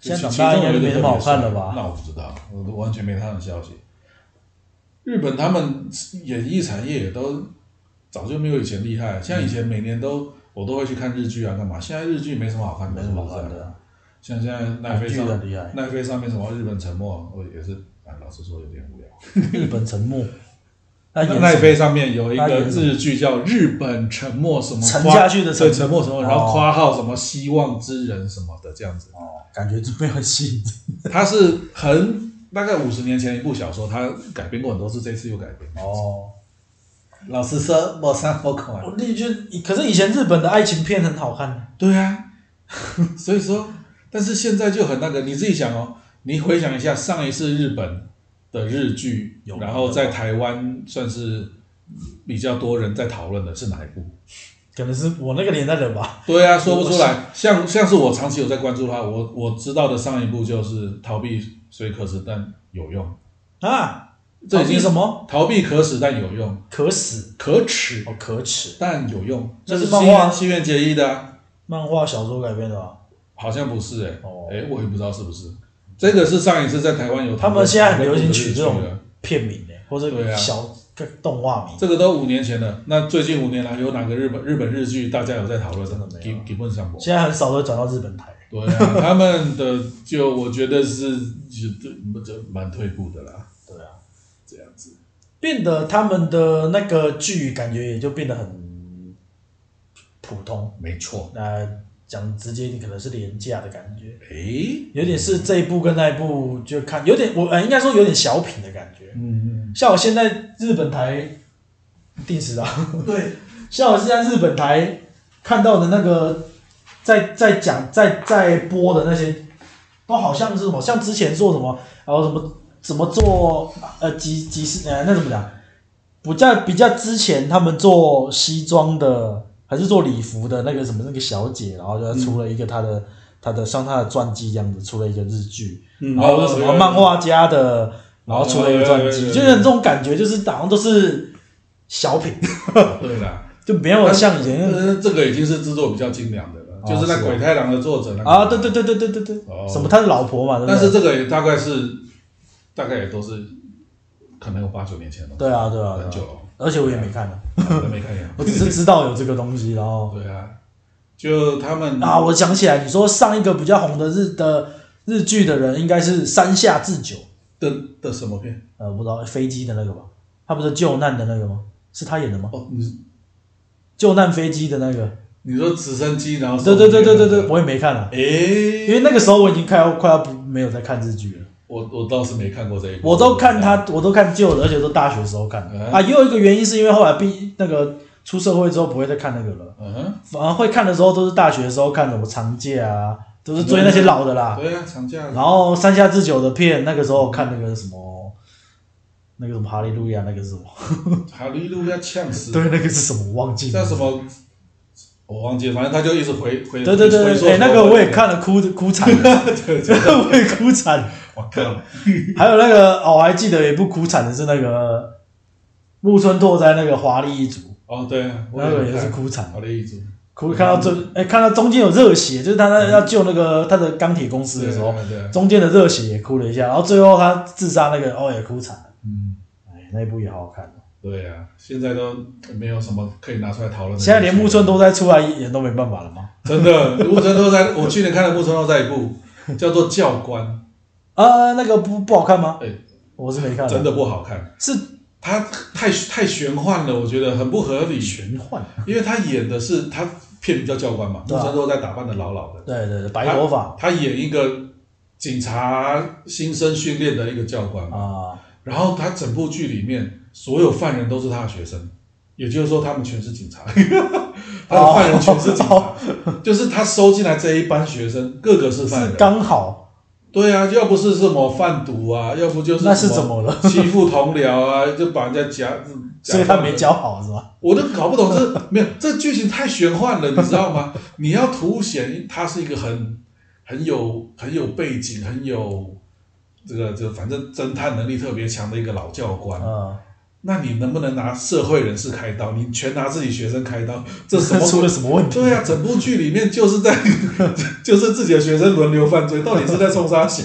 S2: 现在长大应该就没那么好看了吧
S1: 那我不知道，我都完全没他们的消息。日本他们演艺产业也都早就没有以前厉害，像以前每年都我都会去看日剧啊，干嘛？现在日剧没什么好看的，
S2: 没什么好看的。
S1: 像现在奈飞
S2: 韩剧
S1: 上
S2: 很厉害
S1: 奈飞上面什么日本沉没，我也是啊，老实说有点无聊。
S2: 日本沉默，那演什么
S1: 奈飞上面有一
S2: 那
S1: 个
S2: 演什么
S1: 日剧叫《日本沉没什么夸》，
S2: 沉下去的沉
S1: 对沉没什么，然
S2: 哦
S1: 后括号什么希望之人什么的这样子。
S2: 哦，感觉就没有很吸引人。
S1: 它是很大概五十年前一部小说，它改编过很多次，这次又改编。
S2: 哦，
S1: 老实说，没啥好看
S2: 我那就可是以前日本的爱情片很好看，
S1: 对啊， 所以说，但是现在就很那个，你自己想哦，你回想一下上一次日本的日剧
S2: 有，
S1: 然后在台湾算是比较多人在讨论的是哪一部？
S2: 可能是我那个年代的吧。
S1: 对啊，说不出来。像像是我长期有在关注它，我我知道的上一部就是逃避虽可耻但有用。
S2: 啊，
S1: 这已
S2: 逃避
S1: 经
S2: 什么
S1: 逃避可耻但有用，
S2: 可耻
S1: 可耻
S2: 哦，可耻，
S1: 但有用，
S2: 这
S1: 这
S2: 是
S1: 是
S2: 漫
S1: 西
S2: 画
S1: 元西元结衣的、啊，
S2: 漫画小说改编的吧？
S1: 好像不是哎、欸，
S2: 哦
S1: 哎、我也不知道是不是。这个是上一次在台湾有讨论
S2: 他们现在很流行取
S1: 讨论
S2: 这
S1: 过
S2: 种
S1: 的
S2: 片名呢，或
S1: 对
S2: 者
S1: 啊
S2: 小个动画名。
S1: 这个都五年前了，那最近五年来有哪个日本日本日剧大家有在讨论？
S2: 真的没有
S1: 基基本上不。
S2: 现在很少会转到日本台。
S1: 对啊，他们的就我觉得是就就就蛮退步的啦，
S2: 对啊，
S1: 这样子。
S2: 变得他们的那个剧感觉也就变得很普通。
S1: 没错。
S2: 那讲直接一点，可能是廉价的感觉，
S1: 诶，
S2: 有点是这一部跟那一部就看，有点我呃应该说有点小品的感觉。
S1: 嗯
S2: 像我现在日本台定时啊，
S1: 嗯，对，
S2: 像我现在日本台看到的那个在在讲在在播的那些，都好像是什么，像之前做什么，然后什么怎么做呃几几十呃那怎么讲？不叫比较之前他们做西装的还是做礼服的那个什么那个小姐，然后就出了一个她的、她的像她的传记这样子，出了一个日剧，
S1: 嗯
S2: 然后什么漫画家的，然后出了一个传
S1: 对对
S2: 记，
S1: 对对
S2: 就是这种感觉，就是好像都是小品，
S1: 对啦。
S2: 就没有像以前那
S1: 呃，这个已经是制作比较精良的了，
S2: 嗯哦
S1: 就是那
S2: 是啊
S1: 鬼太郎的作者那个
S2: 啊，对对对对对对对，
S1: 哦
S2: 什么他的老婆嘛，对不对
S1: 但是这个也大概是大概也都是可能有八九年前了，
S2: 对啊对啊，
S1: 很久
S2: 对啊
S1: 了，
S2: 而且我也没看啊，
S1: 都没看见。
S2: 我只是知道有这个东西，然后
S1: 对啊，就他们
S2: 啊，我想起来，你说上一个比较红的日的日剧的人应该是山下智久，
S1: 的的什么片？
S2: 呃，不知道飞机的那个吧？他不是救难的那个吗？是他演的吗？
S1: 哦，你
S2: 救难飞机的那个？
S1: 你说直升机，然后
S2: 对对对对对对，
S1: 我
S2: 我也没看啊，因
S1: 诶，
S2: 为那个时候我已经快要快要不没有在看日剧了。
S1: 我我倒是没看过这一部，
S2: 我都看他，我都看旧的，而且都大学时候看的
S1: 嗯
S2: 啊。也有一个原因是因为后来毕那个出社会之后不会再看那个了，
S1: 嗯哼，
S2: 反而会看的时候都是大学的时候看什么长借啊，都是追那些老的啦。
S1: 对啊，长假
S2: 然后山下智久的片，那个时候看那个什么，那个什么哈利路亚，那个是什么？
S1: 哈利路亚呛死，
S2: 对，那个是什么？我忘记
S1: 叫
S2: 了。
S1: 什么？我忘记了，反正他就一直回回
S2: 对对对
S1: 回
S2: 对，
S1: 说
S2: 哎，那个 我也，看了哭哭惨，我也哭惨。
S1: 我靠，
S2: 还有那个，哦我还记得有一部哭惨的是那个木村拓哉那个《华丽一族》，
S1: 哦对啊，我
S2: 那个
S1: 有
S2: 也是
S1: 看
S2: 哭惨。
S1: 好的一组
S2: 哭看到最
S1: 嗯
S2: 哎、看到中间有热血，就是他那要救那个他的钢铁公司的时候，
S1: 对啊嗯对啊，
S2: 中间的热血也哭了一下，然后最后他自杀那个哦也哭惨了，
S1: 嗯，
S2: 哎，那一部也好好看哦。
S1: 对啊，现在都没有什么可以拿出来讨论的东西。
S2: 现在连木村都在出来演都没办法了吗？
S1: 真的木村拓哉，我去年看了木村拓哉一部叫做《教官
S2: 啊，那个不不好看吗？
S1: 哎
S2: 我是没看》，，
S1: 真的不好看。
S2: 是
S1: 他太太玄幻了，我觉得很不合理。
S2: 玄幻，
S1: 因为他演的是他片名叫教官嘛，木
S2: 对啊
S1: 村拓哉打扮的老老的，
S2: 对对对，白头发
S1: 他演一个警察新生训练的一个教官嘛。
S2: 啊，
S1: 然后他整部剧里面所有犯人都是他的学生，也就是说他们全是警 察，他
S2: 哦
S1: 的犯人全是警察，就是他收进来这一班学生，个个是犯
S2: 是
S1: 人。
S2: 刚好
S1: 对啊，要不是什么贩毒啊，要不就是
S2: 那是怎么了？
S1: 欺负同僚啊， 就把人家夹，夹
S2: 所以他没教好是吧？
S1: 我都搞不懂这 没有这剧情太玄幻了，你知道吗？ 你要凸显他是一个很很有很有背景、很有这个这个反正侦探能力特别强的一个老教官，
S2: 嗯，
S1: 那你能不能拿社会人士开刀？你全拿自己学生开刀， 这什么
S2: 出了什么问题？
S1: 对啊，整部剧里面就是在 就是自己的学生轮流犯罪，到底是在冲啥小？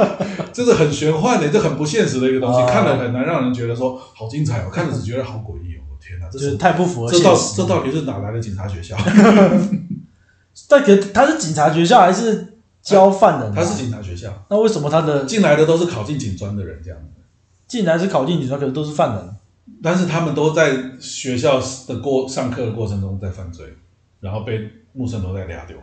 S1: 就是很玄幻的，这很不现实的一个东西，
S2: 啊
S1: 看了很难让人觉得说好精彩哦，看了只觉得好诡异哦，我天哪，这
S2: 就是是太不符合
S1: 这
S2: 现
S1: 到
S2: 实
S1: 这。到底是哪来的警察学校？
S2: 但可他是警察学校还是教犯人、啊？
S1: 他是警察学校，
S2: 那为什么他的
S1: 进来的都是考进警专的人这样子，
S2: 进来是考进警察，可是都是犯人？
S1: 但是他们都在学校的过上课的过程中在犯罪，然后被木村拓哉俩丢。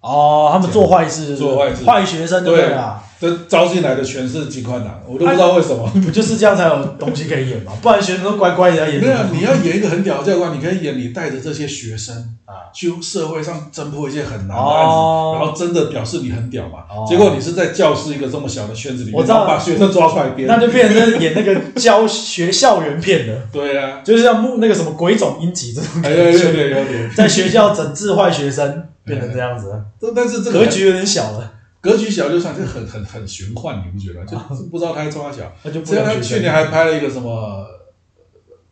S2: 哦，他们做坏事，
S1: 做坏事
S2: 坏学生对啦，
S1: 这招进来的全是金宽男，我都不知道为什么。
S2: 不就是这样才有东西可以演嘛？不然学生都乖乖的要演
S1: 没
S2: 什
S1: 有，啊
S2: 么。
S1: 你要演一个很屌的教官，你可以演你带着这些学生
S2: 啊
S1: 去社会上侦破一些很难的案子，
S2: 哦
S1: 然后真的表示你很屌嘛。
S2: 哦
S1: 结果你是在教室一个这么小的圈子里面，
S2: 我知道
S1: 然后把学生抓出来编
S2: 那。就变成是演那个教学校园片了，
S1: 对 啊，
S2: 就是像木那个什么鬼冢英吉这种
S1: 哎
S2: 感
S1: 有有有
S2: 觉，
S1: 点有点。
S2: 在学校整治坏学生，变成这样子了，
S1: 哎但但是这个
S2: 格局有点小了。
S1: 格局小就算，这很很很玄幻，你不觉得？就啊不知道他在抓小。
S2: 那就不
S1: 虽然
S2: 能哎
S1: 他去年还拍了一个什么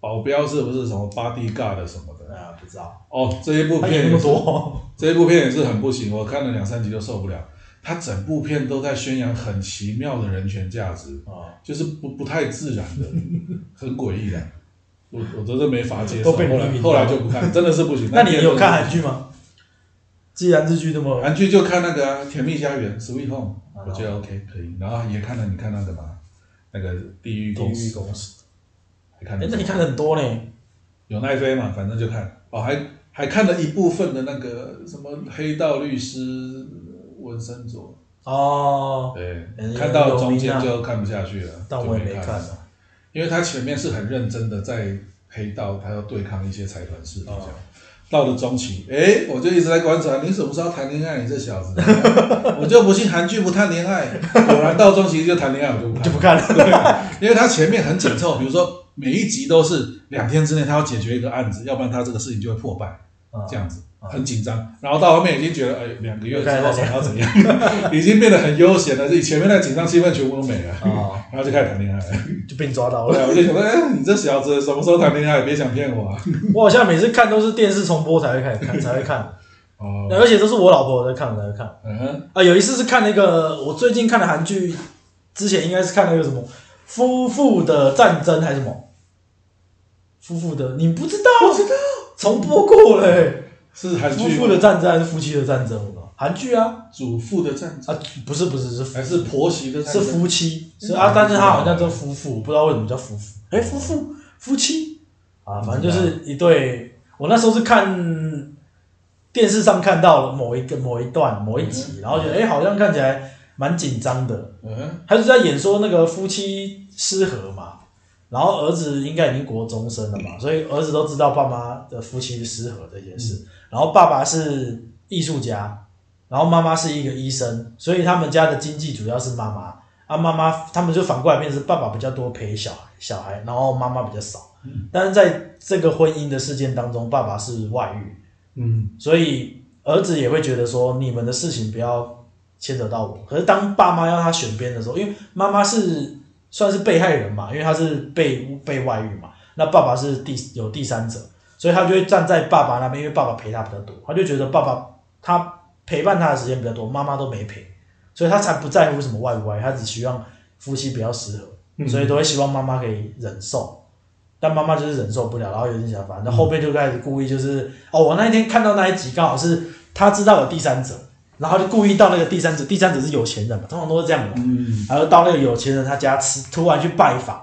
S1: 保镖，是不是什么 body guard 的什么的？
S2: 啊，不知道，
S1: 哦，这一部
S2: 他演
S1: 片
S2: 那
S1: 也
S2: 么
S1: 是，
S2: 多，
S1: 这一部片也是很不行，我看了两三集就受不了。他整部片都在宣扬很奇妙的人权价值，
S2: 啊，
S1: 就是不不太自然 的，很诡异的。我我真的没法接受，
S2: 都被你
S1: 后来
S2: 批评
S1: 后来
S2: 到
S1: 就不 看，真的是不行。
S2: 那你
S1: 片
S2: 有
S1: 真的
S2: 看
S1: 不行
S2: 韩剧吗？既然日剧那么，
S1: 韩剧就看那个啊，《甜蜜家园》（Sweet Home），
S2: 啊
S1: 我觉得 OK 可以。然后也看了你看那个嘛，那个《地狱公
S2: 地
S1: 司
S2: 狱》，公司
S1: 还看
S2: 哎
S1: 了，什
S2: 那
S1: 么
S2: 你看的很多呢，
S1: 有奈飞嘛，反正就看。哦，还还看了一部分的那个什么《黑道律师》文森佐，
S2: 哦，
S1: 对
S2: 嗯，
S1: 看到
S2: 有
S1: 中
S2: 名
S1: 间
S2: 啊
S1: 就看不下去了，
S2: 但
S1: 就
S2: 我也没
S1: 看
S2: 看
S1: 了，
S2: 啊，
S1: 因为他前面是很认真的在黑道，他要对抗一些财团势力这样
S2: 哦。
S1: 到了中期，哎，我就一直在观察你什么时候谈恋爱，你这小子， 我就不信韩剧不谈恋爱。 果然到中期就谈恋爱，我 就不
S2: 就
S1: 看
S2: 不，看了，
S1: 因为他前面很紧凑，比如说每一集都是两天之内他要解决一个案子，要不然他这个事情就会破败，
S2: 啊
S1: 这样子
S2: 啊
S1: 很紧张。然后到后面已经觉得，哎，两个月之后
S2: 又开
S1: 想
S2: 始
S1: 要怎样， 已经变得很悠闲了，自己前面那紧张气氛全部都没了，
S2: 啊，
S1: 然后就开始谈恋爱 了。
S2: 就被你抓到
S1: 后
S2: 了。
S1: 来我就想说，哎，你这小子什么时候谈恋爱？别想骗我啊！
S2: 我好像每次看都是电视重播才会看，看才会看，
S1: 哦，
S2: 而且都是我老婆我在看我才会看。
S1: 嗯哼，
S2: 啊，有一次是看那个我最近看的韩剧，之前应该是看那个什么《夫妇的战争》还是什么，夫妇的你不知道？不知道，重播过嘞、
S1: 是韩
S2: 夫
S1: 剧
S2: 妇的战争还是夫妻的战争？我靠，韩剧啊
S1: 主妇的战争，
S2: 啊，不是不是是夫
S1: 还是婆媳的战
S2: 是
S1: 争？
S2: 夫妻
S1: 嗯
S2: 是啊，但是他好像叫夫妇，我不知道为什么叫夫妇。哎，夫妇夫妻啊，反正就是一对。我那时候是看电视上看到了某一个某一段某一集，然后觉得哎，诶好像看起来蛮紧张的。
S1: 嗯哼，
S2: 他就在演说那个夫妻失和嘛，然后儿子应该已经国中生了嘛，所以儿子都知道爸妈的夫妻失和这件事。然后爸爸是艺术家，然后妈妈是一个医生，所以他们家的经济主要是妈妈。啊，妈妈他们就反过来变成是爸爸比较多陪小孩，小孩，然后妈妈比较少。
S1: 嗯
S2: 但是在这个婚姻的事件当中，爸爸是外遇，
S1: 嗯，
S2: 所以儿子也会觉得说，你们的事情不要牵扯到我。可是当爸妈要他选边的时候，因为妈妈是算是被害人嘛，因为他是被被外遇嘛，那爸爸是第有第三者，所以他就会站在爸爸那边，因为爸爸陪他比较多，他就觉得爸爸他陪伴他的时间比较多，妈妈都没陪，所以他才不在乎什么外不外遇，他只希望夫妻不要失和，
S1: 嗯
S2: 所以都会希望妈妈可以忍受。但妈妈就是忍受不了，然后有点想反正后面就开始故意就是哦，我那一天看到那一集刚好是他知道有第三者，然后就故意到那个第三者，第三者是有钱人嘛，通常都是这样的嘛，
S1: 嗯
S2: 然后到那个有钱人他家吃，突然去拜访，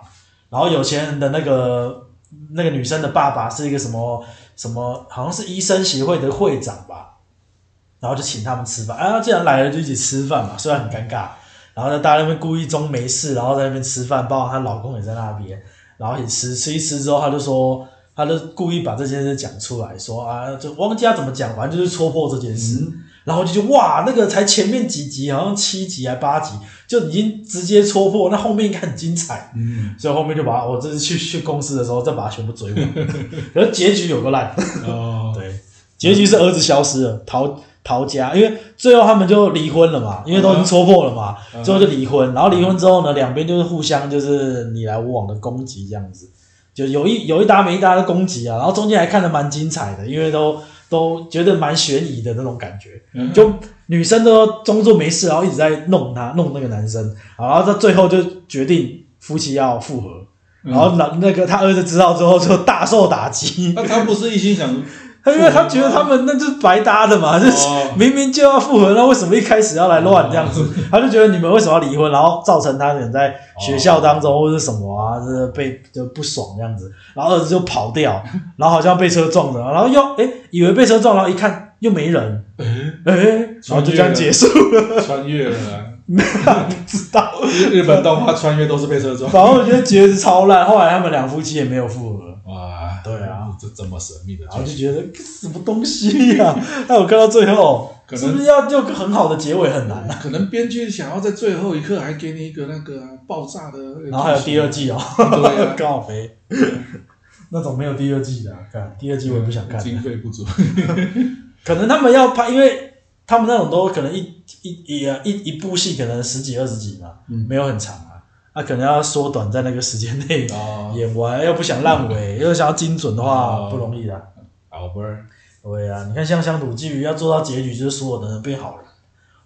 S2: 然后有钱人的那个那个女生的爸爸是一个什么什么，好像是医生协会的会长吧，然后就请他们吃饭，啊，既然来了就一起吃饭嘛，虽然很尴尬，然后呢，大家在那边故意装没事，然后在那边吃饭，包括她老公也在那边，然后一起吃吃一吃之后，她就说。她就故意把这件事讲出来，说啊，就忘记她怎么讲，反正就是戳破这件事。然后就觉得哇，那个才前面几集，好像七集还八集，就已经直接戳破，那后面应该很精彩。
S1: 嗯，
S2: 所以后面就把我哦这次去去公司的时候，再把它全部追完。然后结局有个烂，
S1: 哦，
S2: 对，结局是儿子消失了，逃逃家，因为最后他们就离婚了嘛，因为都已经戳破了嘛，
S1: 嗯
S2: 最后就离婚。然后离婚之后呢，两边就是互相就是你来我往的攻击这样子，就有一有一搭没一搭的攻击啊。然后中间还看得蛮精彩的，因为都都觉得蛮悬疑的那种感觉。
S1: 嗯
S2: 就女生都装作没事，然后一直在弄他，弄那个男生，然后到最后就决定夫妻要复合，然后那那个他儿子知道之后就大受打击，
S1: 那他不是一心想，
S2: 因为他觉得他们那就是白搭的嘛，就是
S1: 哦
S2: 明明就要复合，那为什么一开始要来乱这样子？ 他就觉得你们为什么要离婚，然后造成他可能在学校当中或者什么啊，就是被就不爽这样子，然后儿子就跑掉，然后好像被车撞了，然后又哎以为被车撞，然后一看又没人，哎，然后就这样结束了，
S1: 穿越了，啊
S2: 不知道。
S1: 日本动画穿越都是被车撞，
S2: 反正我觉得结局超烂，后来他们两夫妻也没有复合。
S1: 哇，
S2: 对啊，
S1: 这这么神秘的
S2: 然后
S1: 剧
S2: 就
S1: 情，
S2: 觉得这什么东 西呀、那我看到最后，
S1: 可能
S2: 是不是要有个很好的结尾 很难啊？
S1: 可能编剧想要在最后一刻还给你一个那个啊爆炸的，
S2: 然后还有第二，季哦，
S1: 对啊
S2: 刚好肥。 那种没有 第二季的、啊，看第二季我也不想看。
S1: 经费不足，
S2: 可能他们要拍，因为他们那种都可能一一一一一部戏可能十几二十集嘛，
S1: 嗯
S2: 没有很长啊，那、可能要缩短在那个时间内
S1: 哦
S2: 演完，又不想烂尾，又想要精准的话
S1: 哦
S2: 不容易啦。
S1: 好啊不是，
S2: 对啊，你看像乡土剧要做到结局，就是所有的人变好人，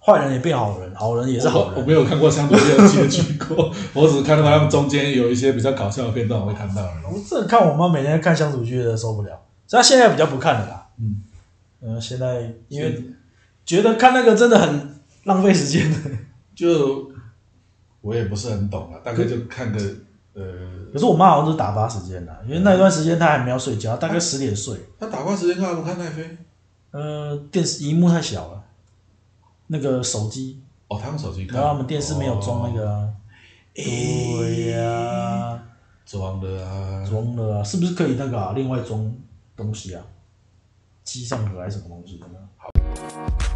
S2: 坏人也变好人，好人也是好
S1: 我我
S2: 人。
S1: 没有看过相同的结局过，我只看到他们中间有一些比较搞笑的片段，我会看到而已。
S2: 我这看我妈每天看乡土剧的受不了，所以她现在比较不看了啦。
S1: 嗯，
S2: 嗯、现在因为觉得看那个真的很浪费时间。
S1: 就我也不是很懂啊了，大概就看个呃，
S2: 可是我妈好像是打发时间啦，因为那段时间她还没有睡觉，大概十点睡。
S1: 他打发时间干嘛不看奈飞？
S2: 呃，电视荧幕太小了，那个手机，
S1: 哦，他用手机看，哦
S2: 然后他们电视没有装那个啊。对呀、
S1: 装的啊，
S2: 装了啊，是不是可以那个、啊、另外装东西啊？机上盒还是什么东西的呢？